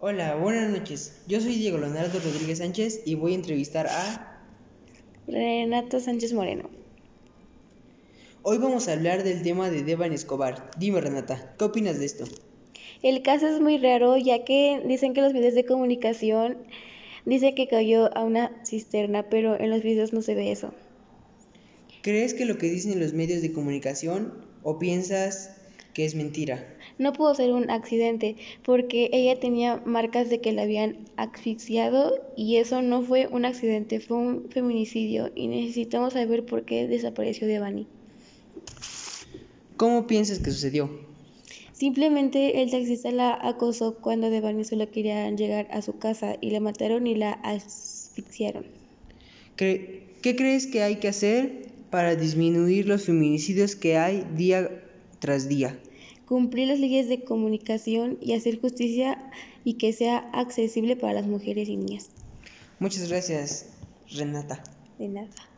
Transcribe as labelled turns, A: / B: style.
A: Hola, buenas noches. Yo soy Diego Leonardo Rodríguez Sánchez y voy a entrevistar a...
B: Renato Sánchez Moreno.
A: Hoy vamos a hablar del tema de Devan Escobar. Dime, Renata, ¿qué opinas de esto?
B: El caso es muy raro ya que dicen que los videos de comunicación dicen que cayó a una cisterna, pero en los videos no se ve eso.
A: ¿Crees que lo que dicen los medios de comunicación o piensas que es mentira?
B: No pudo ser un accidente porque ella tenía marcas de que la habían asfixiado y eso no fue un accidente, fue un feminicidio y necesitamos saber por qué desapareció Devani.
A: ¿Cómo piensas que sucedió?
B: Simplemente el taxista la acosó cuando Devani solo quería llegar a su casa y la mataron y la asfixiaron.
A: Cre- ¿Qué crees que hay que hacer para disminuir los feminicidios que hay día tras día?
B: Cumplir las leyes de comunicación y hacer justicia y que sea accesible para las mujeres y niñas.
A: Muchas gracias, Renata.
B: De nada.